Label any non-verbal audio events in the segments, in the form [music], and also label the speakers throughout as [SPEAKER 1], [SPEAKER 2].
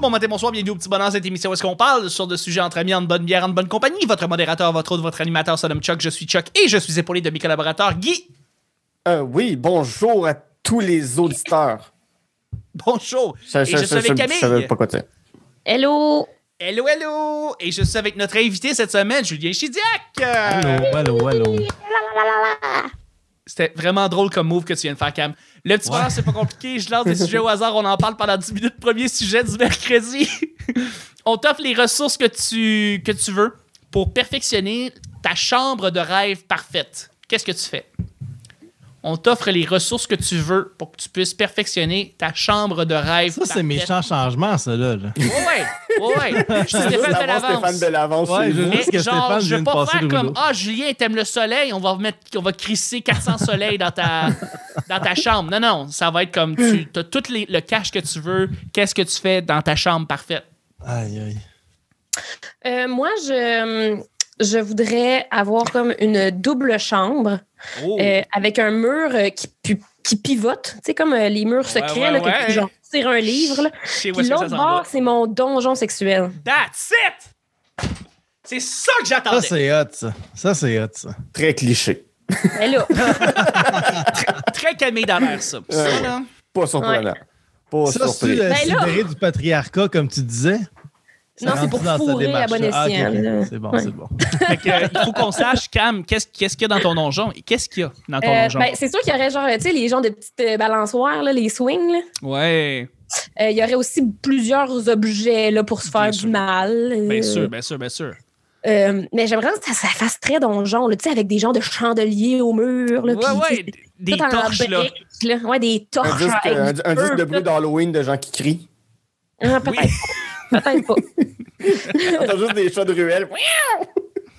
[SPEAKER 1] bon matin, bonsoir, bienvenue au petit bonheur. Cette émission où est-ce qu'on parle sur de sujets entre amis, en bonne bière, en bonne compagnie. Votre modérateur, votre autre, votre animateur, se nomme Chuck, je suis Chuck et je suis épaulé de mes collaborateurs Guy. [laughs]
[SPEAKER 2] Euh, oui, bonjour à tous les auditeurs.
[SPEAKER 1] Bonjour.
[SPEAKER 2] Ça,
[SPEAKER 1] Et je suis avec Camille.
[SPEAKER 2] savais pas quoi dire.
[SPEAKER 3] Hello!
[SPEAKER 1] Hello, hello! Et je suis avec notre invité cette semaine, Julien Chidiac! Euh,
[SPEAKER 4] Allô, allô, allô.
[SPEAKER 1] C'était vraiment drôle comme move que tu viens de faire, Cam. Le petit
[SPEAKER 4] Ouais.
[SPEAKER 1] bonheur, c'est pas compliqué. Je
[SPEAKER 4] [laughs]
[SPEAKER 1] lance des sujets au hasard. On en parle pendant 10 minutes. Premier sujet du mercredi. [laughs] on t'offre les ressources que tu, que tu veux pour perfectionner ta chambre de rêve parfaite. Qu'est-ce que tu fais? On t'offre les ressources que tu veux pour que tu puisses perfectionner ta chambre de rêve
[SPEAKER 4] Ça, c'est
[SPEAKER 1] parfaite.
[SPEAKER 4] méchant changement, ça, là. là.
[SPEAKER 1] Ouais, ouais,
[SPEAKER 4] [laughs]
[SPEAKER 1] ouais. Je suis Stéphane
[SPEAKER 2] Juste avant
[SPEAKER 1] Bellavance.
[SPEAKER 2] Stéphane Bellavance.
[SPEAKER 4] Ouais,
[SPEAKER 2] chez
[SPEAKER 4] je-
[SPEAKER 2] vous.
[SPEAKER 1] Mais
[SPEAKER 4] Parce que
[SPEAKER 1] genre,
[SPEAKER 4] Stéphane
[SPEAKER 1] je vais
[SPEAKER 4] vient de
[SPEAKER 1] pas
[SPEAKER 4] passer
[SPEAKER 1] faire
[SPEAKER 4] de
[SPEAKER 1] comme
[SPEAKER 4] rideau.
[SPEAKER 1] Ah, Julien, t'aimes le soleil, on va, mettre, on va crisser 400 soleils dans
[SPEAKER 4] [laughs]
[SPEAKER 1] ta, dans ta chambre. Non, non, ça va être comme tu as tout les- le cash que tu veux. Qu'est-ce que tu fais dans ta chambre parfaite?
[SPEAKER 4] Aïe, aïe.
[SPEAKER 3] Euh, moi, je, je voudrais avoir comme une double chambre
[SPEAKER 1] Oh,
[SPEAKER 3] euh, avec un mur euh, qui, pu- qui pivote. Tu sais, comme euh, les murs secrets,
[SPEAKER 1] ouais,
[SPEAKER 3] là, que
[SPEAKER 1] ouais.
[SPEAKER 3] tu genre, tires un livre. Là.
[SPEAKER 1] je sais où
[SPEAKER 3] Puis
[SPEAKER 1] est-ce que ça
[SPEAKER 3] l'autre
[SPEAKER 1] s'en va.
[SPEAKER 3] bord, c'est mon donjon sexuel.
[SPEAKER 1] That's it! C'est ça que
[SPEAKER 4] Ça,
[SPEAKER 1] j'attendais.
[SPEAKER 4] c'est hot, ça. Ça, c'est hot, ça.
[SPEAKER 2] Très cliché.
[SPEAKER 3] Mais
[SPEAKER 1] [laughs]
[SPEAKER 3] là,
[SPEAKER 1] Très calmé dans l'air, ça. Ça, là,
[SPEAKER 2] Pas surprenant. Pas
[SPEAKER 4] Ça, c'est
[SPEAKER 2] surprenant.
[SPEAKER 3] Ben
[SPEAKER 4] le
[SPEAKER 3] là-
[SPEAKER 4] sidéré du patriarcat, comme tu disais. Ça
[SPEAKER 3] Non, c'est
[SPEAKER 4] rentre
[SPEAKER 3] pour
[SPEAKER 4] dans cette
[SPEAKER 3] fourrer à
[SPEAKER 4] démarche-là.
[SPEAKER 3] bon
[SPEAKER 4] Ah, ok,
[SPEAKER 3] escient,
[SPEAKER 4] ok.
[SPEAKER 3] là.
[SPEAKER 4] C'est bon,
[SPEAKER 3] Ouais.
[SPEAKER 4] c'est bon.
[SPEAKER 1] fait que, euh, il faut qu'on sache, Cam, qu'est-ce qu'est-ce qu'il y a dans ton donjon? Et Qu'est-ce qu'il y a dans ton
[SPEAKER 3] euh,
[SPEAKER 1] donjon?
[SPEAKER 3] ben, c'est sûr qu'il y aurait genre, tu sais, les gens de petites euh, balançoires, là, les swings. là.
[SPEAKER 1] ouais.
[SPEAKER 3] Euh, il y aurait aussi plusieurs objets là, pour se
[SPEAKER 1] Bien
[SPEAKER 3] faire
[SPEAKER 1] sûr.
[SPEAKER 3] du mal.
[SPEAKER 1] Bien
[SPEAKER 3] Euh,
[SPEAKER 1] sûr, bien sûr, bien sûr.
[SPEAKER 3] Euh, mais j'aimerais que ça, ça fasse très donjon, là, tu sais, avec des genres de chandeliers au mur. Là,
[SPEAKER 1] Ouais,
[SPEAKER 3] puis, tu
[SPEAKER 1] ouais,
[SPEAKER 3] sais,
[SPEAKER 1] d- des
[SPEAKER 3] tout en
[SPEAKER 1] torches, là.
[SPEAKER 3] briques, là. Ouais, des torches.
[SPEAKER 2] Un disque, euh,
[SPEAKER 3] avec
[SPEAKER 2] un-
[SPEAKER 3] du
[SPEAKER 2] un disque
[SPEAKER 3] feu,
[SPEAKER 2] de
[SPEAKER 3] là.
[SPEAKER 2] bruit d'Halloween de gens qui crient.
[SPEAKER 3] Ah, peut-être,
[SPEAKER 1] Oui.
[SPEAKER 3] peut-être pas.
[SPEAKER 2] T'entends juste des chats de ruelle.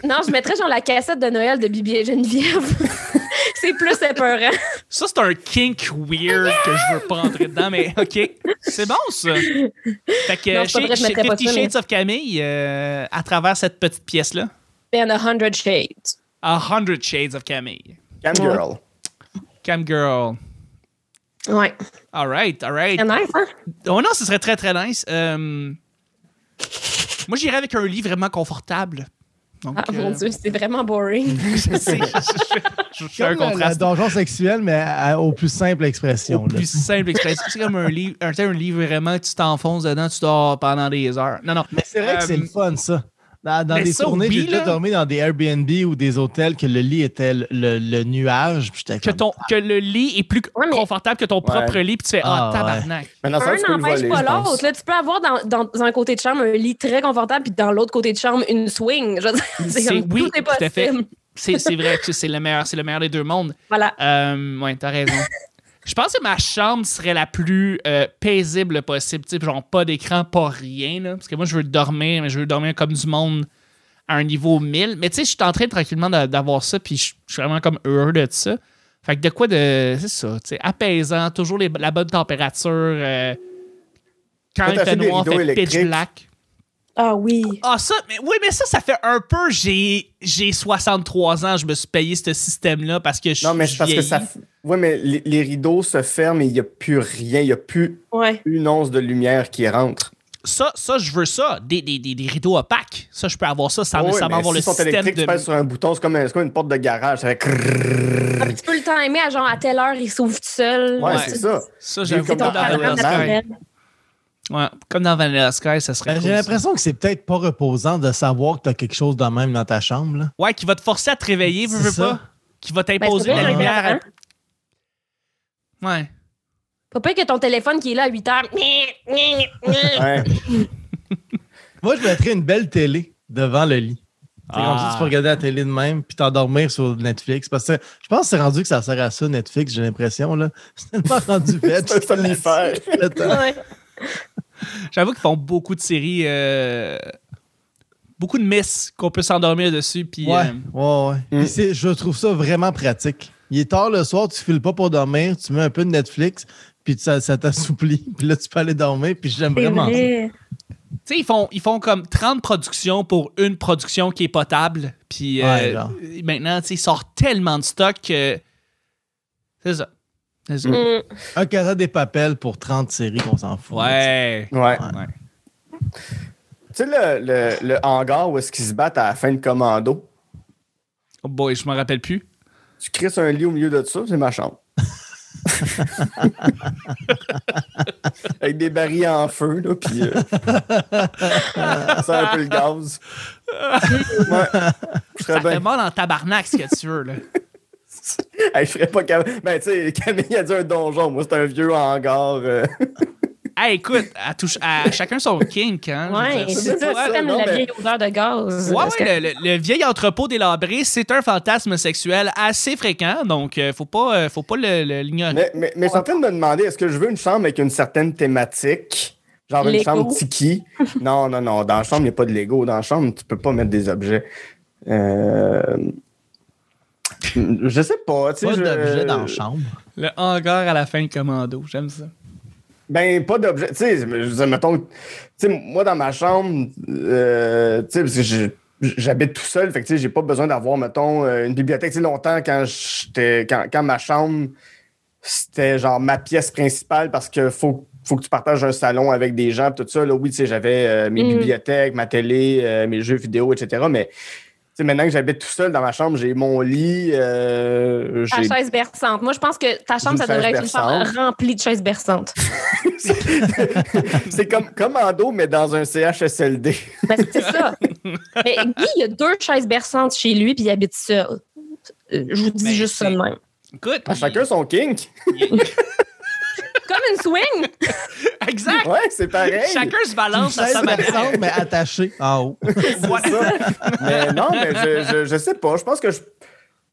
[SPEAKER 3] Non, je mettrais genre la cassette de Noël de Bibi et Geneviève. [laughs] C'est plus épeurant.
[SPEAKER 1] Ça, c'est un kink weird que je veux pas entrer dedans,
[SPEAKER 3] [laughs]
[SPEAKER 1] mais OK. C'est bon, ça. Fait que
[SPEAKER 3] Non, c'est pas
[SPEAKER 1] chez,
[SPEAKER 3] vrai, je
[SPEAKER 1] chez
[SPEAKER 3] mettrais pas
[SPEAKER 1] Fifty
[SPEAKER 3] ça, mais-
[SPEAKER 1] Shades of Camille, euh, à travers cette petite pièce-là,
[SPEAKER 3] Ben, a hundred shades.
[SPEAKER 1] A Hundred Shades of Camille.
[SPEAKER 2] Cam girl.
[SPEAKER 1] Cam Girl.
[SPEAKER 3] Ouais.
[SPEAKER 1] All right, all right.
[SPEAKER 3] C'est nice, hein?
[SPEAKER 1] Oh non, ce serait très, très nice. Euh, Moi, j'irais avec un lit vraiment confortable. Donc,
[SPEAKER 3] Ah,
[SPEAKER 1] euh,
[SPEAKER 3] mon Dieu, c'est
[SPEAKER 2] [laughs]
[SPEAKER 3] vraiment boring.
[SPEAKER 1] je sais, je- je- je fais un
[SPEAKER 4] Comme euh, la- la
[SPEAKER 1] contraste.
[SPEAKER 4] donjon sexuel, mais à- au plus simple expression.
[SPEAKER 1] Au
[SPEAKER 4] là.
[SPEAKER 1] plus simple expression. C'est comme un livre, un, un livre vraiment, tu t'enfonces dedans, tu dors pendant des heures. Non, non.
[SPEAKER 4] Mais c'est vrai que c'est
[SPEAKER 1] Euh,
[SPEAKER 4] le fun, ça. Dans, dans
[SPEAKER 1] mais
[SPEAKER 4] des
[SPEAKER 1] ça,
[SPEAKER 4] tournées,
[SPEAKER 1] oui,
[SPEAKER 4] j'ai déjà
[SPEAKER 1] là.
[SPEAKER 4] dormi dans des Airbnb ou des hôtels que le lit était le, le- le nuage. Puis j'étais
[SPEAKER 1] que,
[SPEAKER 4] comme,
[SPEAKER 1] ton, que le lit est plus
[SPEAKER 3] Ouais, mais-
[SPEAKER 1] confortable que ton propre lit, puis tu fais Ah,
[SPEAKER 4] Ah, ouais.
[SPEAKER 1] tabarnak.
[SPEAKER 2] Maintenant, ça,
[SPEAKER 3] un
[SPEAKER 2] tu peux le
[SPEAKER 3] n'empêche
[SPEAKER 2] voler.
[SPEAKER 3] pas
[SPEAKER 2] je pense.
[SPEAKER 3] l'autre. là. Tu peux avoir dans, dans- dans un côté de chambre un lit très confortable, puis dans l'autre côté de chambre une swing. Je veux dire, c'est
[SPEAKER 1] C'est-
[SPEAKER 3] comme
[SPEAKER 1] oui,
[SPEAKER 3] tout est
[SPEAKER 1] tout à fait.
[SPEAKER 3] possible.
[SPEAKER 1] C'est c'est vrai que c'est le meilleur, c'est le meilleur des deux mondes.
[SPEAKER 3] Voilà.
[SPEAKER 1] Euh, ouais, t'as raison. Je pense que ma chambre serait la plus euh, paisible possible. tu sais, Genre, pas d'écran, pas rien. Là, parce que moi, je veux dormir, mais je veux dormir comme du monde à un niveau 1000. Mais tu sais, je suis en train tranquillement d'a- d'avoir ça, puis je je suis vraiment comme heureux de ça. Fait que de quoi de. C'est ça, tu sais, apaisant, toujours les- la bonne température. euh, quand
[SPEAKER 2] Toi,
[SPEAKER 1] il
[SPEAKER 2] t'as
[SPEAKER 1] fait
[SPEAKER 2] fait des
[SPEAKER 1] noir,
[SPEAKER 2] rideaux
[SPEAKER 1] fait pitch
[SPEAKER 2] électriques.
[SPEAKER 1] black.
[SPEAKER 3] Ah oui.
[SPEAKER 1] Ah, ça, mais oui, mais ça, ça fait un peu. J'ai, j'ai 63 ans, je me suis payé ce système-là parce que je.
[SPEAKER 2] Non, mais c'est parce que
[SPEAKER 1] vieillis.
[SPEAKER 2] ça. Oui, mais les, les rideaux se ferment et il n'y a plus rien. Il n'y a plus
[SPEAKER 3] Ouais.
[SPEAKER 2] une once de lumière qui rentre.
[SPEAKER 1] Ça, ça, je veux ça. Des, des, des, des rideaux opaques. Ça, je peux avoir ça sans
[SPEAKER 2] Ouais,
[SPEAKER 1] nécessairement
[SPEAKER 2] mais
[SPEAKER 1] avoir le
[SPEAKER 2] s'ils sont
[SPEAKER 1] système
[SPEAKER 2] électriques,
[SPEAKER 1] de.
[SPEAKER 2] tu passes sur un bouton, c'est comme, un- c'est comme une porte de garage. Ça fait crrrr.
[SPEAKER 3] Ah, puis tu peux le timer à genre à telle heure, il s'ouvre tout seul.
[SPEAKER 2] Ouais,
[SPEAKER 1] Ouais.
[SPEAKER 2] c'est ça.
[SPEAKER 1] Ça,
[SPEAKER 2] J'ai
[SPEAKER 1] j'avoue,
[SPEAKER 2] eu
[SPEAKER 1] comme
[SPEAKER 2] comme
[SPEAKER 1] dans
[SPEAKER 2] dans
[SPEAKER 1] Vanilla Sky.
[SPEAKER 2] Vanilla
[SPEAKER 1] Ouais, comme dans Vanilla Sky, ça serait.
[SPEAKER 4] Ben,
[SPEAKER 1] cool,
[SPEAKER 4] J'ai
[SPEAKER 1] ça.
[SPEAKER 4] l'impression que c'est peut-être pas reposant de savoir que t'as quelque chose de même dans ta chambre. là.
[SPEAKER 1] Ouais, qui va te forcer à te réveiller, veux,
[SPEAKER 4] C'est
[SPEAKER 1] veux
[SPEAKER 4] ça.
[SPEAKER 1] pas. Qui va
[SPEAKER 3] Ben, c'est
[SPEAKER 1] t'imposer
[SPEAKER 3] pas
[SPEAKER 1] la
[SPEAKER 3] pire
[SPEAKER 4] vrai,
[SPEAKER 1] lumière.
[SPEAKER 3] hein?
[SPEAKER 1] à- Ouais.
[SPEAKER 3] Pas pire que ton téléphone qui est là à 8 heures.
[SPEAKER 2] Ouais.
[SPEAKER 4] Moi, je mettrais une belle télé devant le lit. C'est
[SPEAKER 1] Ah.
[SPEAKER 4] Comme ça, tu peux regarder la télé de même puis t'endormir sur Netflix. Parce que je pense que c'est rendu que ça sert à ça, Netflix, j'ai l'impression. là. [laughs] C'est tellement rendu
[SPEAKER 2] [laughs]
[SPEAKER 4] bête.
[SPEAKER 2] C'est un somnifère.
[SPEAKER 4] [laughs] Le temps.
[SPEAKER 3] Ouais.
[SPEAKER 1] J'avoue qu'ils font beaucoup de séries. euh, Beaucoup de miss qu'on peut s'endormir dessus. Puis.
[SPEAKER 4] Ouais,
[SPEAKER 1] euh,
[SPEAKER 4] ouais, ouais.
[SPEAKER 2] Mm.
[SPEAKER 4] Puis c'est- Je trouve ça vraiment pratique. Il est tard le soir, tu files pas pour dormir, tu mets un peu de Netflix, puis ça, ça t'assouplit, [laughs] puis là, tu peux aller dormir, puis j'aime
[SPEAKER 3] C'est
[SPEAKER 4] vraiment ça.
[SPEAKER 3] vrai.
[SPEAKER 1] Tu sais, ils font, ils font comme 30 productions pour une production qui est potable. Puis euh,
[SPEAKER 4] Ouais, genre.
[SPEAKER 1] maintenant, tu sais, ils sortent tellement de stock que. C'est ça. C'est ça.
[SPEAKER 3] Mm.
[SPEAKER 4] Un Casa des papels pour 30 séries, on s'en fout.
[SPEAKER 1] Ouais.
[SPEAKER 2] Ouais.
[SPEAKER 1] Ouais.
[SPEAKER 2] Tu sais, le, le- le hangar où est-ce qu'ils se battent à la fin de commando,
[SPEAKER 1] Oh boy, je me rappelle plus.
[SPEAKER 2] tu crisses un lit au milieu de ça, c'est
[SPEAKER 1] [laughs]
[SPEAKER 2] ma chambre. Avec des barils en feu, là, puis euh, ça un peu
[SPEAKER 1] [laughs]
[SPEAKER 2] le gaz. Ouais. Je
[SPEAKER 3] Ah
[SPEAKER 1] Ça
[SPEAKER 2] serais
[SPEAKER 1] fait
[SPEAKER 3] ben.
[SPEAKER 2] bien.
[SPEAKER 1] mal en tabarnak ce que tu veux,
[SPEAKER 3] [laughs]
[SPEAKER 1] là.
[SPEAKER 2] Hey, je serais pas capable. Ben, tu sais, Camille a dit un donjon. Moi, c'est un vieux hangar. euh.
[SPEAKER 1] Hey, écoute, à, touche- à chacun son kink, hein. je veux
[SPEAKER 3] Ouais,
[SPEAKER 1] dire.
[SPEAKER 2] c'est
[SPEAKER 3] c'est ça.
[SPEAKER 2] ça,
[SPEAKER 3] C'est comme
[SPEAKER 2] non,
[SPEAKER 3] la
[SPEAKER 2] mais-
[SPEAKER 3] vieille odeur de gaz.
[SPEAKER 1] Ouais,
[SPEAKER 3] Parce que-
[SPEAKER 1] ouais, le, le- le vieil entrepôt des labrés, c'est un fantasme sexuel assez fréquent, donc euh, faut pas, euh, faut pas le- le- l'ignorer.
[SPEAKER 2] Mais, mais, mais je suis en train de me demander est-ce que je veux une chambre avec une certaine thématique Genre une
[SPEAKER 3] Lego.
[SPEAKER 2] chambre tiki Non, non, non. Dans la chambre, il n'y a pas de Lego. Dans la chambre, tu peux pas mettre des objets. Euh... Je sais pas. tu sais,
[SPEAKER 4] Pas
[SPEAKER 2] je-
[SPEAKER 4] d'objet dans la chambre.
[SPEAKER 1] Le hangar à la fin de commando, j'aime ça.
[SPEAKER 2] Ben, pas d'objet. Tu sais, je veux dire, mettons, tu sais, moi, dans ma chambre, euh, tu sais, parce que je- J'habite tout seul, fait que tu sais, j'ai pas besoin d'avoir, mettons, euh, une bibliothèque. Tu sais, longtemps, quand j'étais, quand, quand ma chambre, c'était genre ma pièce principale parce que faut, faut que tu partages un salon avec des gens, pis tout ça. Là, oui, tu sais, j'avais euh, mes
[SPEAKER 3] Mhm.
[SPEAKER 2] bibliothèques, ma télé, euh, mes jeux vidéo, etc. Mais, tu sais, maintenant que j'habite tout seul dans ma chambre, j'ai mon lit, euh,
[SPEAKER 3] Ta
[SPEAKER 2] j'ai
[SPEAKER 3] chaise berçante. Moi, je pense que ta chambre,
[SPEAKER 2] Une
[SPEAKER 3] ça devrait
[SPEAKER 2] chaise
[SPEAKER 3] être une chambre
[SPEAKER 2] berçante.
[SPEAKER 3] remplie de chaises berçantes.
[SPEAKER 2] [laughs] c'est comme commando, mais dans un CHSLD.
[SPEAKER 3] Ben,
[SPEAKER 2] [laughs]
[SPEAKER 3] c'est ça. Mais Guy, il y a deux chaises berçantes chez lui, puis il habite seul. Euh, Je vous dis
[SPEAKER 2] Ben,
[SPEAKER 1] Mais
[SPEAKER 3] juste ça de
[SPEAKER 1] c'est-
[SPEAKER 3] même.
[SPEAKER 1] Écoute,
[SPEAKER 2] À chacun son kink.
[SPEAKER 3] Comme une swing!
[SPEAKER 1] exact.
[SPEAKER 2] [laughs] Ouais, c'est pareil.
[SPEAKER 1] Chacun se
[SPEAKER 4] Une
[SPEAKER 1] balance à
[SPEAKER 4] chaise
[SPEAKER 1] sa manière.
[SPEAKER 4] berçante, mais attachée en haut.
[SPEAKER 1] Voilà.
[SPEAKER 2] Mais non, mais je, je, je sais pas. Je pense que je.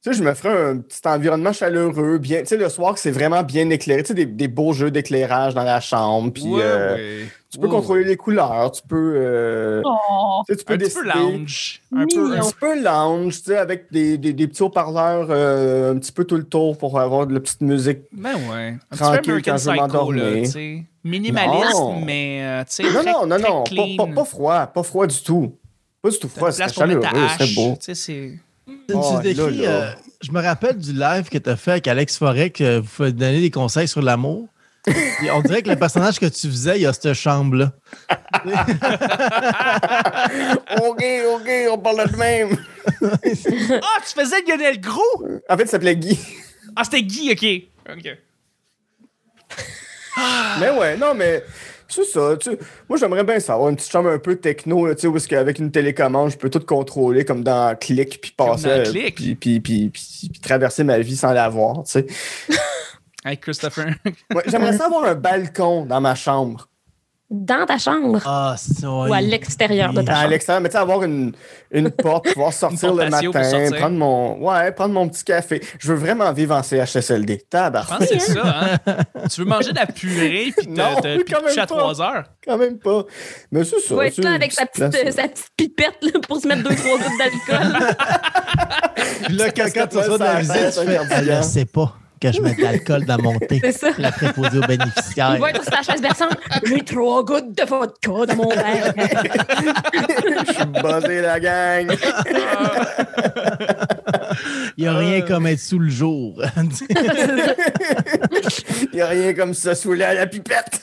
[SPEAKER 2] Tu sais, je me ferais un petit environnement chaleureux, bien. Tu sais, le soir, que c'est vraiment bien éclairé. Tu sais, des, des beaux jeux d'éclairage dans la chambre. Puis,
[SPEAKER 1] Ouais,
[SPEAKER 2] euh,
[SPEAKER 1] ouais.
[SPEAKER 2] tu peux
[SPEAKER 1] Ouais,
[SPEAKER 2] contrôler les couleurs. Tu peux. euh,
[SPEAKER 3] Oh,
[SPEAKER 2] tu sais, tu peux
[SPEAKER 1] un petit
[SPEAKER 2] décider.
[SPEAKER 1] peu lounge. Un peu,
[SPEAKER 2] Un
[SPEAKER 1] un
[SPEAKER 2] petit peu lounge, tu sais, avec des, des, des petits haut-parleurs euh, un petit peu tout le tour pour avoir de la petite musique.
[SPEAKER 1] Ben ouais. Un petit peu American
[SPEAKER 2] Tranquille quand je veux
[SPEAKER 1] Psycho, là,
[SPEAKER 2] m'endormir.
[SPEAKER 1] tu sais. Minimaliste,
[SPEAKER 2] Non.
[SPEAKER 1] mais, euh, tu sais,
[SPEAKER 2] Non,
[SPEAKER 1] très-
[SPEAKER 2] non, non,
[SPEAKER 1] très
[SPEAKER 2] non. Pas,
[SPEAKER 1] clean.
[SPEAKER 2] pas, pas froid. Pas froid du tout. Pas du tout
[SPEAKER 1] T'as
[SPEAKER 2] froid.
[SPEAKER 1] une
[SPEAKER 2] C'est
[SPEAKER 1] place pour mettre
[SPEAKER 2] chaleureux.
[SPEAKER 1] ta
[SPEAKER 2] C'est
[SPEAKER 1] hache. [laughs]
[SPEAKER 2] beau.
[SPEAKER 1] Tu sais, c'est...
[SPEAKER 4] Tu nous
[SPEAKER 2] Oh, là,
[SPEAKER 4] décris,
[SPEAKER 2] là.
[SPEAKER 4] euh, je me rappelle du live que tu as fait avec Alex Forêt, que vous faites donner des conseils sur l'amour. Et on dirait que le personnage que tu faisais, il y a cette chambre-là.
[SPEAKER 2] OK, OK, on parle de même.
[SPEAKER 1] Ah, tu faisais Lionel Gros?
[SPEAKER 2] En fait, il s'appelait Guy.
[SPEAKER 1] Ah, c'était Guy, OK. OK. Ah.
[SPEAKER 2] Mais ouais, non, mais c'est ça. tu- Moi, j'aimerais bien ça, avoir une petite chambre un peu techno, là, tu sais, où est-ce qu'avec une télécommande, je peux tout contrôler comme dans Click, puis
[SPEAKER 1] Comme
[SPEAKER 2] passer,
[SPEAKER 1] dans
[SPEAKER 2] euh,
[SPEAKER 1] Click.
[SPEAKER 2] Puis, puis, puis, puis- puis traverser ma vie sans l'avoir, tu sais.
[SPEAKER 1] Hey, [laughs] Christopher.
[SPEAKER 2] Ouais,
[SPEAKER 3] [laughs]
[SPEAKER 2] j'aimerais ça avoir un balcon dans ma chambre,
[SPEAKER 3] Dans ta chambre
[SPEAKER 4] Ah, c'est
[SPEAKER 3] ou à l'extérieur de ta
[SPEAKER 2] à
[SPEAKER 3] chambre.
[SPEAKER 2] l'extérieur, mais tu sais, avoir une, une porte, pouvoir sortir
[SPEAKER 1] Une porte
[SPEAKER 2] le
[SPEAKER 1] patio pour
[SPEAKER 2] matin,
[SPEAKER 1] sortir.
[SPEAKER 2] prendre mon ouais, prendre mon petit café. Je veux vraiment vivre en CHSLD. Tabar.
[SPEAKER 1] Je pense que c'est ça, hein? Tu veux manger de la purée puis
[SPEAKER 2] Non,
[SPEAKER 1] te, te, puis te
[SPEAKER 2] quand même
[SPEAKER 1] coucher à
[SPEAKER 2] pas.
[SPEAKER 1] 3 heures?
[SPEAKER 2] Quand même pas. Mais c'est ça.
[SPEAKER 3] Il va être
[SPEAKER 2] tu sais,
[SPEAKER 3] là avec sa
[SPEAKER 2] petite
[SPEAKER 3] petite, euh,
[SPEAKER 2] place,
[SPEAKER 3] sa petite pipette là, pour se mettre deux, trois gouttes d'alcool.
[SPEAKER 4] Ah, Puis là, quand, quand tu
[SPEAKER 2] Ça
[SPEAKER 4] reçois de la
[SPEAKER 2] va faire
[SPEAKER 4] visite, tu
[SPEAKER 2] un
[SPEAKER 4] fais
[SPEAKER 2] cardigan.
[SPEAKER 4] Elle ne sait pas que je mets de l'alcool dans mon thé.
[SPEAKER 3] C'est ça.
[SPEAKER 4] La préposée aux bénéficiaires.
[SPEAKER 3] Ah, Il va être sur sa chaise [laughs] berçante. J'ai trois gouttes de vodka dans mon [laughs] verre.
[SPEAKER 2] [laughs] Je suis buzzé, la gang.
[SPEAKER 4] Il n'y a rien comme être sous le jour.
[SPEAKER 2] Il n'y a rien comme ça saoulé à la pipette.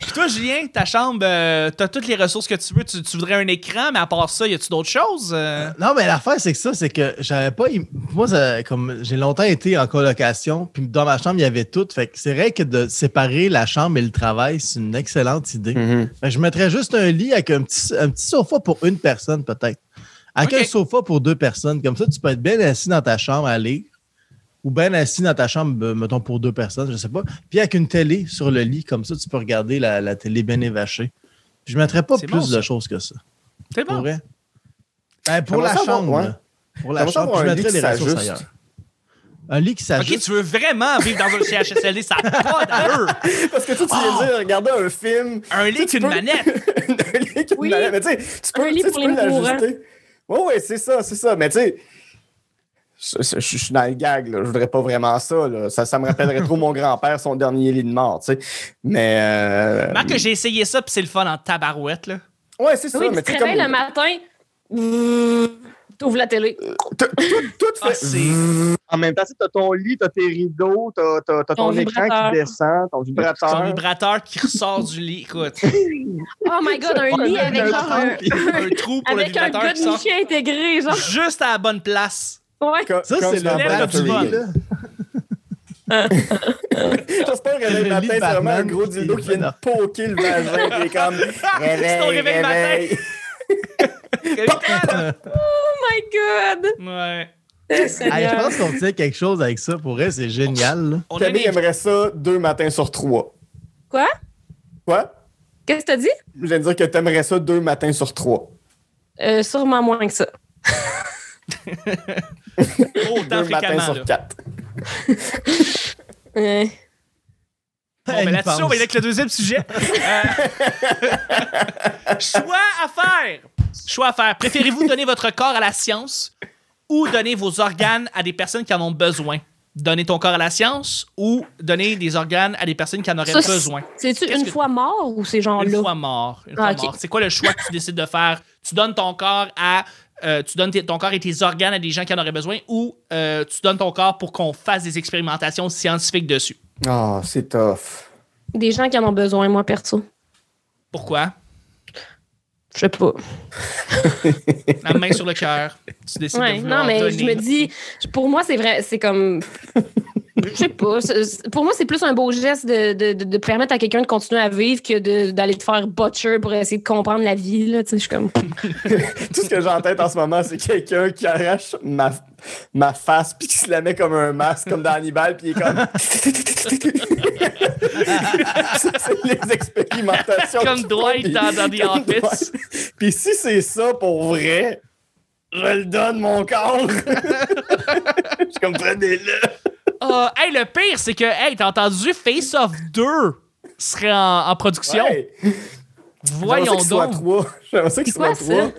[SPEAKER 1] Puis toi, Julien, ta chambre, euh, t'as toutes les ressources que tu veux. Tu, tu voudrais un écran, mais à part ça, y a-tu d'autres choses? euh?
[SPEAKER 4] Non, mais l'affaire, c'est que ça, c'est que j'avais pas. im- Moi, ça- comme j'ai longtemps été en colocation, puis dans ma chambre, il y avait tout. Fait que c'est vrai que de séparer la chambre et le travail, c'est une excellente idée.
[SPEAKER 1] Mm.
[SPEAKER 2] Mm-hmm.
[SPEAKER 4] Fait que je mettrais juste un lit avec un petit, un petit sofa pour une personne, peut-être. Avec
[SPEAKER 1] Ok.
[SPEAKER 4] un sofa pour deux personnes. Comme ça, tu peux être bien assis dans ta chambre à lire. Ou bien assis dans ta chambre, euh, mettons, pour deux personnes, je sais pas. Puis avec une télé sur le lit, comme ça, tu peux regarder la, la télé bien évachée. Puis je mettrais pas
[SPEAKER 1] C'est
[SPEAKER 4] plus
[SPEAKER 1] bon, ça.
[SPEAKER 4] de choses que ça.
[SPEAKER 1] C'est
[SPEAKER 4] Pour
[SPEAKER 1] bon.
[SPEAKER 4] vrai. Ben, pour
[SPEAKER 2] J'aimerais
[SPEAKER 4] la
[SPEAKER 2] ça avoir-
[SPEAKER 4] chambre.
[SPEAKER 2] ouais.
[SPEAKER 4] là. Pour la
[SPEAKER 2] J'aimerais ça
[SPEAKER 4] chambre,
[SPEAKER 2] avoir
[SPEAKER 4] puis je
[SPEAKER 2] un lit
[SPEAKER 4] mettrais les
[SPEAKER 2] qui
[SPEAKER 4] ressources
[SPEAKER 2] s'ajuste.
[SPEAKER 4] ailleurs. Un lit qui
[SPEAKER 1] OK,
[SPEAKER 4] s'ajuste.
[SPEAKER 1] tu veux vraiment vivre dans un CHSLD, ça n'a pas d'allure.
[SPEAKER 2] Parce que toi, tu viens de dire, regarder un film.
[SPEAKER 1] Un lit,
[SPEAKER 2] Tu
[SPEAKER 1] une
[SPEAKER 2] peux-
[SPEAKER 1] manette.
[SPEAKER 2] [laughs] un lit avec une
[SPEAKER 3] Oui.
[SPEAKER 2] manette. Mais tu sais, tu peux,
[SPEAKER 3] Un
[SPEAKER 2] tu
[SPEAKER 3] lit
[SPEAKER 2] sais, tu
[SPEAKER 3] pour
[SPEAKER 2] peux
[SPEAKER 3] les
[SPEAKER 2] l'ajuster. Oui, oui, c'est ça, c'est ça. Mais tu sais, je, je- je suis dans le gag, là. je voudrais pas vraiment ça. là. Ça, ça me rappellerait trop mon grand-père, son dernier lit de mort. tu sais. Mais. Euh,
[SPEAKER 1] Marc, que j'ai essayé ça, puis c'est le fun en tabarouette, là.
[SPEAKER 2] ouais, c'est ça.
[SPEAKER 3] Oui,
[SPEAKER 2] mais
[SPEAKER 3] tu te
[SPEAKER 2] sais, comme-
[SPEAKER 3] réveilles le matin. mmh, T'ouvres la télé.
[SPEAKER 2] Tout, tout, tout
[SPEAKER 1] Ah,
[SPEAKER 2] fait
[SPEAKER 1] c'est-
[SPEAKER 2] en même temps. Tu as ton lit, tu as tes rideaux, tu as,
[SPEAKER 3] Ton
[SPEAKER 2] ton écran
[SPEAKER 3] vibrateur.
[SPEAKER 2] qui descend, ton
[SPEAKER 1] Ton
[SPEAKER 2] vibrateur.
[SPEAKER 1] vibrateur qui ressort du lit. Écoute,
[SPEAKER 3] Oh my god, un lit avec genre un, [laughs]
[SPEAKER 1] un trou pour le
[SPEAKER 3] avec un
[SPEAKER 1] vibrateur
[SPEAKER 3] gars de
[SPEAKER 1] qui sort
[SPEAKER 3] niché intégré, genre. Oh
[SPEAKER 1] juste à la bonne [laughs] place.
[SPEAKER 3] Ouais.
[SPEAKER 2] Co-
[SPEAKER 4] Ça,
[SPEAKER 2] comme
[SPEAKER 4] c'est le
[SPEAKER 2] dans
[SPEAKER 1] lève
[SPEAKER 4] bad
[SPEAKER 1] du bol.
[SPEAKER 2] Batman.
[SPEAKER 4] là.
[SPEAKER 2] J'espère que
[SPEAKER 4] Le
[SPEAKER 2] le matin,
[SPEAKER 4] lit
[SPEAKER 2] c'est vraiment un
[SPEAKER 4] Batman
[SPEAKER 2] gros
[SPEAKER 4] qui
[SPEAKER 2] dildo qui vient de
[SPEAKER 4] débarque.
[SPEAKER 2] poker le vagin. qui est comme
[SPEAKER 1] [laughs] C'est ton réveil
[SPEAKER 2] réveil,
[SPEAKER 1] matin.
[SPEAKER 2] réveil.
[SPEAKER 1] Capitaine!
[SPEAKER 3] Oh my god.
[SPEAKER 1] ouais.
[SPEAKER 3] Eh,
[SPEAKER 4] Hey, je
[SPEAKER 3] Seigneur.
[SPEAKER 4] pense qu'on tient quelque chose avec ça. Pour elle, c'est génial. là.
[SPEAKER 1] On a
[SPEAKER 2] Camille
[SPEAKER 1] des-
[SPEAKER 2] aimerait ça deux matins sur trois.
[SPEAKER 3] Quoi?
[SPEAKER 2] Quoi?
[SPEAKER 3] Qu'est-ce que t'as dit?
[SPEAKER 2] Je viens de dire que t'aimerais ça deux matins sur trois.
[SPEAKER 3] Euh, sûrement moins que ça.
[SPEAKER 1] autant
[SPEAKER 2] deux matins
[SPEAKER 1] fréquemment.
[SPEAKER 2] sur
[SPEAKER 1] là.
[SPEAKER 2] quatre.
[SPEAKER 3] Euh,
[SPEAKER 1] Bon, ben
[SPEAKER 4] Elle y
[SPEAKER 1] là-dessus, on va y aller avec
[SPEAKER 4] pense.
[SPEAKER 1] le deuxième sujet. Euh, Choix à faire. Choix à faire. Préférez-vous donner votre corps à la science ou donner vos organes à des personnes qui en ont besoin? Donner ton corps à la science ou donner des organes à des personnes qui en auraient
[SPEAKER 3] ça, c'est-
[SPEAKER 1] besoin?
[SPEAKER 3] C'est-tu
[SPEAKER 1] Qu'est-ce
[SPEAKER 3] une
[SPEAKER 1] que-
[SPEAKER 3] fois mort ou ces gens-là?
[SPEAKER 1] Une fois mort. une
[SPEAKER 3] Ah,
[SPEAKER 1] fois
[SPEAKER 3] ok.
[SPEAKER 1] mort. C'est quoi le choix que tu décides de faire? Tu donnes ton corps à. euh, tu donnes tes- ton corps et tes organes à des gens qui en auraient besoin ou euh, tu donnes ton corps pour qu'on fasse des expérimentations scientifiques dessus.
[SPEAKER 2] Ah, c'est tough.
[SPEAKER 3] Des gens qui en ont besoin, moi, perso.
[SPEAKER 1] Pourquoi?
[SPEAKER 3] Je sais pas.
[SPEAKER 1] La main sur le cœur. Tu décides
[SPEAKER 3] Ouais,
[SPEAKER 1] de vouloir
[SPEAKER 3] non, mais je
[SPEAKER 1] donner.
[SPEAKER 3] me dis, pour moi, c'est vrai, c'est comme. Je sais pas. c'est- c'est- Pour moi, c'est plus un beau geste de, de, de- de permettre à quelqu'un de continuer à vivre que de- d'aller te faire butcher pour essayer de comprendre la vie. Là, tu sais, je suis comme.
[SPEAKER 2] Tout ce que j'ai en tête en ce moment, c'est quelqu'un qui arrache ma, ma face puis qui se la met comme un masque, comme dans Hannibal, puis il
[SPEAKER 1] [laughs]
[SPEAKER 2] est comme. Ça, c'est les expérimentations.
[SPEAKER 1] Comme
[SPEAKER 2] qu'ils
[SPEAKER 1] Dwight
[SPEAKER 2] font,
[SPEAKER 1] dans- dans The
[SPEAKER 2] puis- comme
[SPEAKER 1] Office.
[SPEAKER 2] Dwight. Puis si c'est ça pour vrai, je le donne mon corps. [laughs] je suis comme prenez-le.
[SPEAKER 1] Ah, hey, le pire, c'est que, hey, t'as entendu Face Off 2 serait en, en production.
[SPEAKER 2] Ouais. J'aimerais ça
[SPEAKER 1] Voyons
[SPEAKER 2] qu'il soit
[SPEAKER 1] donc.
[SPEAKER 2] trois. J'aimerais ça qu'il
[SPEAKER 3] C'est quoi
[SPEAKER 2] soit trois.
[SPEAKER 3] ça?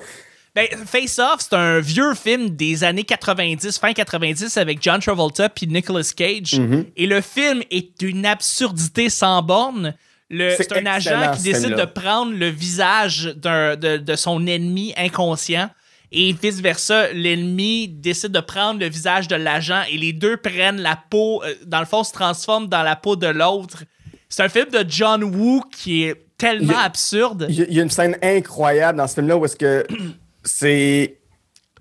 [SPEAKER 1] Ben, Face Off, c'est un vieux film des années 90, fin 90, avec John Travolta puis Nicolas Cage.
[SPEAKER 2] Mhm.
[SPEAKER 1] Et le film est une absurdité sans borne. Le-
[SPEAKER 2] C'est
[SPEAKER 1] C'est un agent
[SPEAKER 2] excellent,
[SPEAKER 1] qui
[SPEAKER 2] ce
[SPEAKER 1] décide de
[SPEAKER 2] film-là.
[SPEAKER 1] prendre le visage d'un- de, de son ennemi inconscient et vice-versa, l'ennemi décide de prendre le visage de l'agent et les deux prennent la peau, euh, dans le fond, se transforment dans la peau de l'autre. C'est un film de John Woo qui est tellement
[SPEAKER 2] Il-
[SPEAKER 1] absurde.
[SPEAKER 2] Il y a- il y a une scène incroyable dans ce film-là où est-ce que [clears throat] c'est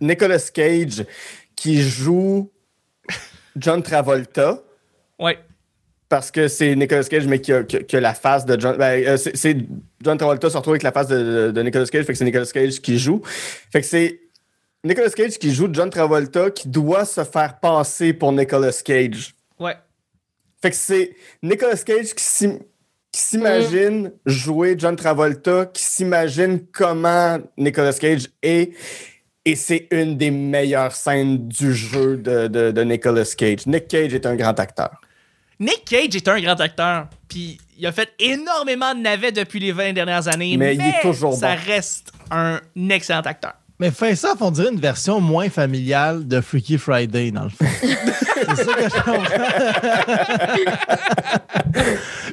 [SPEAKER 2] Nicolas Cage qui joue John Travolta
[SPEAKER 1] Ouais.
[SPEAKER 2] parce que c'est Nicolas Cage mais qui a, qui a- qui a la face de John ben, euh, c'est c'est John Travolta se retrouve avec la face de, de Nicolas Cage fait que c'est Nicolas Cage qui joue fait que c'est Nicolas Cage qui joue John Travolta qui doit se faire passer pour Nicolas Cage
[SPEAKER 1] Ouais.
[SPEAKER 2] fait que c'est Nicolas Cage qui s'im- qui s'imagine jouer John Travolta, qui s'imagine comment Nicolas Cage est. Et c'est une des meilleures scènes du jeu de, de- de Nicolas Cage. Nick Cage est un grand acteur.
[SPEAKER 1] Nick Cage est un grand acteur, puis il a fait énormément de navets depuis les 20 dernières années, mais,
[SPEAKER 2] Mais il est toujours
[SPEAKER 1] ça
[SPEAKER 2] bon.
[SPEAKER 1] reste un excellent acteur.
[SPEAKER 4] Mais Face Off, on dirait une version moins familiale de Freaky Friday, dans
[SPEAKER 1] [laughs]
[SPEAKER 4] le fond. c'est ça que je comprends.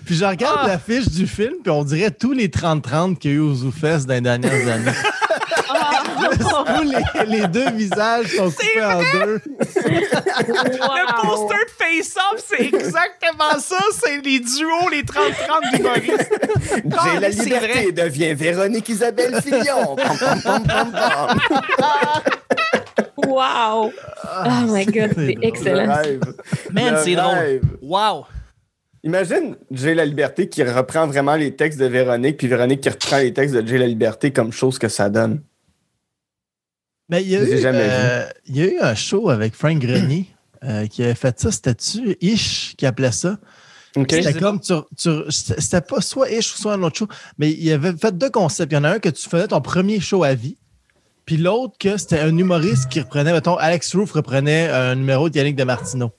[SPEAKER 4] puis je regarde
[SPEAKER 1] Ah.
[SPEAKER 4] l'affiche du film, puis on dirait tous les 30-30 qu'il y a eu aux Zoufest dans les dernières années. Tous les, les deux visages sont coupés en deux.
[SPEAKER 1] Le
[SPEAKER 3] Wow.
[SPEAKER 1] poster de Face Off, c'est exactement ça, c'est les duos, les 30-30
[SPEAKER 2] [laughs]
[SPEAKER 1] d'humoristes. Ah,
[SPEAKER 2] J'ai la
[SPEAKER 1] mais c'est
[SPEAKER 2] liberté
[SPEAKER 1] vrai.
[SPEAKER 2] et deviens Véronique Isabelle
[SPEAKER 1] [laughs]
[SPEAKER 2] Fillon. Pom, pom, pom, pom, pom.
[SPEAKER 3] Wow! Oh my god, c'est
[SPEAKER 4] Ah, c'est drôle.
[SPEAKER 2] Le
[SPEAKER 3] excellent.
[SPEAKER 2] rêve.
[SPEAKER 1] Man,
[SPEAKER 2] Le
[SPEAKER 1] c'est drôle.
[SPEAKER 2] rêve.
[SPEAKER 1] Wow.
[SPEAKER 2] Imagine J'ai la liberté qui reprend vraiment les textes de Véronique, puis Véronique qui reprend les textes de J'ai la liberté comme chose que ça donne.
[SPEAKER 4] Mais Ben, il y, a
[SPEAKER 2] Je les ai
[SPEAKER 4] eu,
[SPEAKER 2] jamais
[SPEAKER 4] euh, il y a eu un show avec Frank Grenier euh, qui avait fait ça. C'était-tu Ish qui appelait ça?
[SPEAKER 2] OK?
[SPEAKER 1] Je sais
[SPEAKER 4] C'était comme tu, tu- c'était c'était pas soit Ish ou soit un autre show, mais il y avait fait deux concepts. Il y en a un que tu faisais ton premier show à vie, puis l'autre que c'était un humoriste qui reprenait, mettons, Alex Roof reprenait un numéro de Yannick Demartino.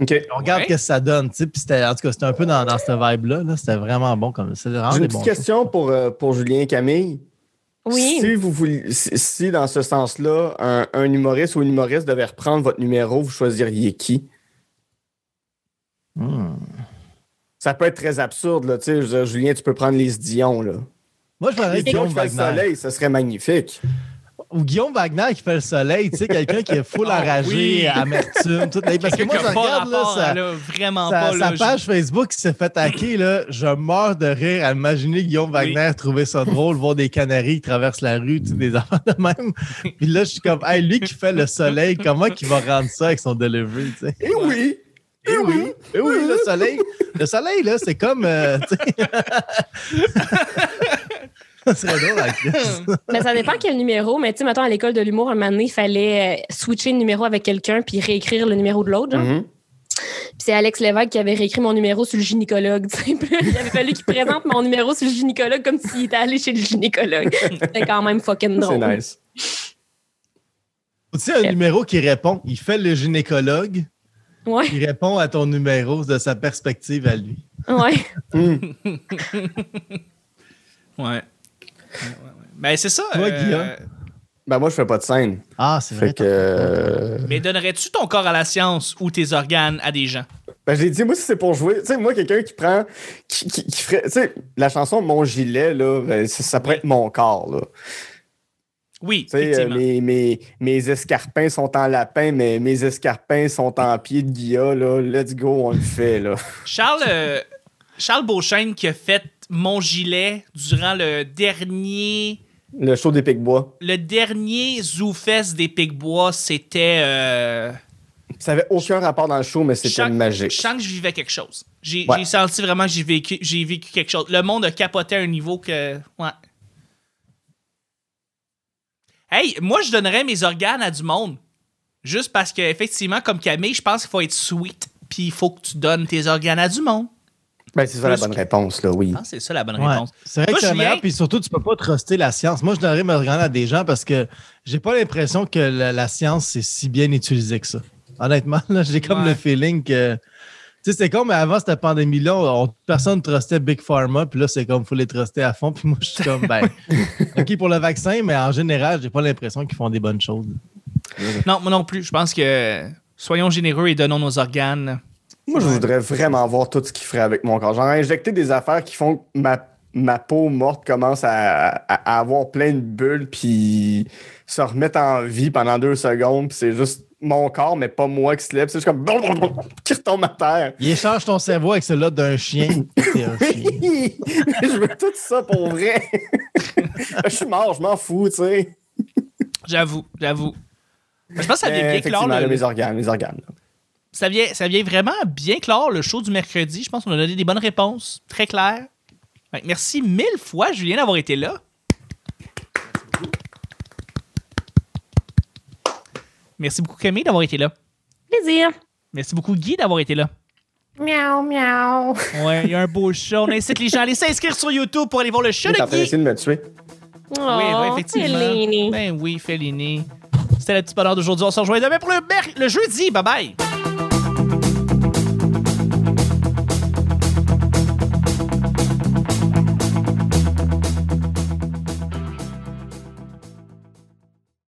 [SPEAKER 2] OK.
[SPEAKER 4] On regarde
[SPEAKER 1] Ouais.
[SPEAKER 4] ce que ça donne, tu sais. Puis c'était, en tout cas, c'était un peu dans, dans cette vibe-là. là. C'était vraiment bon comme c'est vraiment
[SPEAKER 2] J'ai
[SPEAKER 4] Ah, des
[SPEAKER 2] une
[SPEAKER 4] bons
[SPEAKER 2] petite question pour, euh, pour Julien et Camille.
[SPEAKER 3] Oui.
[SPEAKER 2] Si, vous voulez- si, si dans ce sens-là, un, un humoriste ou une humoriste devait reprendre votre numéro, vous choisiriez qui?
[SPEAKER 4] shows. Hmm.
[SPEAKER 2] Ça peut être très absurde, là, tu sais, je veux dire, Julien, tu peux prendre les Dion, là.
[SPEAKER 4] Moi, je prendrais
[SPEAKER 2] Les Dion
[SPEAKER 4] Guillaume
[SPEAKER 2] qui fait le
[SPEAKER 4] Wagner.
[SPEAKER 2] soleil, ça serait magnifique.
[SPEAKER 4] ou Guillaume Wagner qui fait le soleil, tu sais, quelqu'un qui est full
[SPEAKER 1] Ah,
[SPEAKER 4] enragé,
[SPEAKER 1] oui.
[SPEAKER 4] amertume, tout. Parce que
[SPEAKER 1] Quelqu'un
[SPEAKER 4] moi,
[SPEAKER 1] qui
[SPEAKER 4] je
[SPEAKER 1] a pas
[SPEAKER 4] regarde, là,
[SPEAKER 1] rapport,
[SPEAKER 4] ça-
[SPEAKER 1] là, vraiment
[SPEAKER 4] sa,
[SPEAKER 1] pas.
[SPEAKER 4] sa
[SPEAKER 1] là, je-
[SPEAKER 4] page Facebook qui s'est fait hacker, là, je meurs de rire à imaginer Guillaume Wagner trouver ça drôle, voir des canaries qui traversent la rue, tu sais, des [laughs] enfants de même. Puis là, je suis comme, hey, lui qui fait le soleil, comment qu'il va rendre ça avec son delivery, tu sais?
[SPEAKER 2] Eh oui!
[SPEAKER 4] Eh oui, eh oui, le soleil, le soleil, là, c'est comme, euh, [laughs] tu sais. [laughs] Ça serait drôle à Chris.
[SPEAKER 3] Mais ça dépend quel numéro. Mais tu sais, mettons, à l'école de l'humour, un moment donné, il fallait euh, switcher le numéro avec quelqu'un puis réécrire le numéro de l'autre. genre.
[SPEAKER 2] Mhm.
[SPEAKER 3] Puis c'est Alex Lévesque qui avait réécrit mon numéro sur le gynécologue. [laughs] tu sais. Puis là, il avait fallu qu'il présente mon numéro sur le gynécologue comme s'il était allé chez le gynécologue. C'était quand même fucking drôle.
[SPEAKER 2] C'est nice.
[SPEAKER 4] Tu sais, un numéro qui répond, il fait le gynécologue,
[SPEAKER 3] Ouais,
[SPEAKER 4] il répond à ton numéro de sa perspective à lui.
[SPEAKER 3] ouais.
[SPEAKER 2] Mhm.
[SPEAKER 1] Ouais. Ouais, ouais, ouais. Ben, c'est ça.
[SPEAKER 4] Toi,
[SPEAKER 1] euh,
[SPEAKER 4] Guillaume?
[SPEAKER 2] Ben, moi, je fais pas de scène.
[SPEAKER 4] Ah, c'est
[SPEAKER 2] Fait
[SPEAKER 4] vrai.
[SPEAKER 2] que. euh,
[SPEAKER 1] Mais donnerais-tu ton corps à la science ou tes organes à des gens?
[SPEAKER 2] Ben, j'ai dit, moi, si c'est pour jouer, tu sais, moi, quelqu'un qui prend, qui, qui, qui ferait, tu sais, la chanson Mon gilet, là, ben, ça, ça pourrait être mon corps, là.
[SPEAKER 1] Oui,
[SPEAKER 2] Tu sais, euh,
[SPEAKER 1] effectivement.
[SPEAKER 2] mes, mes, mes escarpins sont en lapin, mais mes escarpins sont en pied de guilla, là. Let's go, on le fait, là.
[SPEAKER 1] Charles, euh, Charles Beauchesne qui a fait mon gilet durant le dernier
[SPEAKER 2] Le show des Pics-Bois.
[SPEAKER 1] le dernier ZooFest des Picbois, c'était euh,
[SPEAKER 2] Ça avait aucun rapport dans le show, mais c'était
[SPEAKER 1] Chaque-
[SPEAKER 2] magique.
[SPEAKER 1] Je sens que je vivais quelque chose. J'ai
[SPEAKER 2] Ouais.
[SPEAKER 1] j'ai senti vraiment que j'ai vécu, j'ai vécu quelque chose. Le monde a capoté à un niveau que. Ouais. Hey, moi, je donnerais mes organes à du monde. Juste parce que, effectivement, comme Camille, je pense qu'il faut être sweet. Puis il faut que tu donnes tes organes à du monde.
[SPEAKER 2] Ben, c'est ça la
[SPEAKER 1] Plus
[SPEAKER 2] bonne
[SPEAKER 1] que- Ah,
[SPEAKER 2] réponse, là, oui.
[SPEAKER 1] Je pense que c'est ça la bonne
[SPEAKER 4] Ouais.
[SPEAKER 1] réponse.
[SPEAKER 4] C'est vrai
[SPEAKER 1] Moi,
[SPEAKER 4] que c'est la
[SPEAKER 1] Julien-
[SPEAKER 4] meilleure, puis surtout, tu peux pas truster la science. Moi, je donnerais me regarder à des gens parce que j'ai pas l'impression que la, la science c'est si bien utilisé que ça. Honnêtement, là, j'ai comme
[SPEAKER 1] Ouais.
[SPEAKER 4] le feeling que. Tu sais, c'est comme avant cette pandémie-là, on- personne ne trustait Big Pharma, puis là, c'est comme, faut les truster à fond, [laughs] puis moi, je suis
[SPEAKER 1] [laughs]
[SPEAKER 4] comme, ben, OK pour le vaccin, mais en général, j'ai pas l'impression qu'ils font des bonnes choses.
[SPEAKER 1] Non, moi non plus. Je pense que soyons généreux et donnons nos organes.
[SPEAKER 2] Moi, je voudrais vraiment voir tout ce qu'il ferait avec mon corps. Genre, injecter des affaires qui font que ma, ma peau morte commence à, à- à avoir plein de bulles, puis se remettre en vie pendant deux secondes, puis c'est juste mon corps, mais pas moi qui se lève. C'est juste comme [laughs] qui retombe à terre.
[SPEAKER 4] Ils échangent ton cerveau avec celui-là d'un chien.
[SPEAKER 1] [laughs]
[SPEAKER 4] T'es un chien.
[SPEAKER 2] [laughs] je veux tout ça pour
[SPEAKER 1] [laughs]
[SPEAKER 2] vrai. je suis mort, je m'en fous, tu sais.
[SPEAKER 1] J'avoue, j'avoue. Je pense que ça
[SPEAKER 2] Mais
[SPEAKER 1] devient clair.
[SPEAKER 2] effectivement,
[SPEAKER 1] le-
[SPEAKER 2] là, mes organes, mes organes. là.
[SPEAKER 1] ça vient, ça vient vraiment bien clore le show du mercredi. Je pense qu'on a donné des bonnes réponses, très claires. Fait que Merci mille fois, Julien, d'avoir été là. Merci beaucoup, Camille, d'avoir été là.
[SPEAKER 3] Plaisir.
[SPEAKER 1] Merci beaucoup, Guy, d'avoir été là.
[SPEAKER 3] Miaou, miaou.
[SPEAKER 1] Ouais, il y a un beau show. On incite les gens à aller s'inscrire sur YouTube pour aller voir le show
[SPEAKER 2] T'es en
[SPEAKER 1] de
[SPEAKER 2] train
[SPEAKER 1] Guy.
[SPEAKER 2] d'essayer de me tuer.
[SPEAKER 1] Oui, oui,
[SPEAKER 3] Oh,
[SPEAKER 1] effectivement.
[SPEAKER 3] Fellini.
[SPEAKER 1] Ben oui, Fellini. C'était la petite bonheur d'aujourd'hui. On se rejoint demain pour le, mer- le jeudi. Bye bye.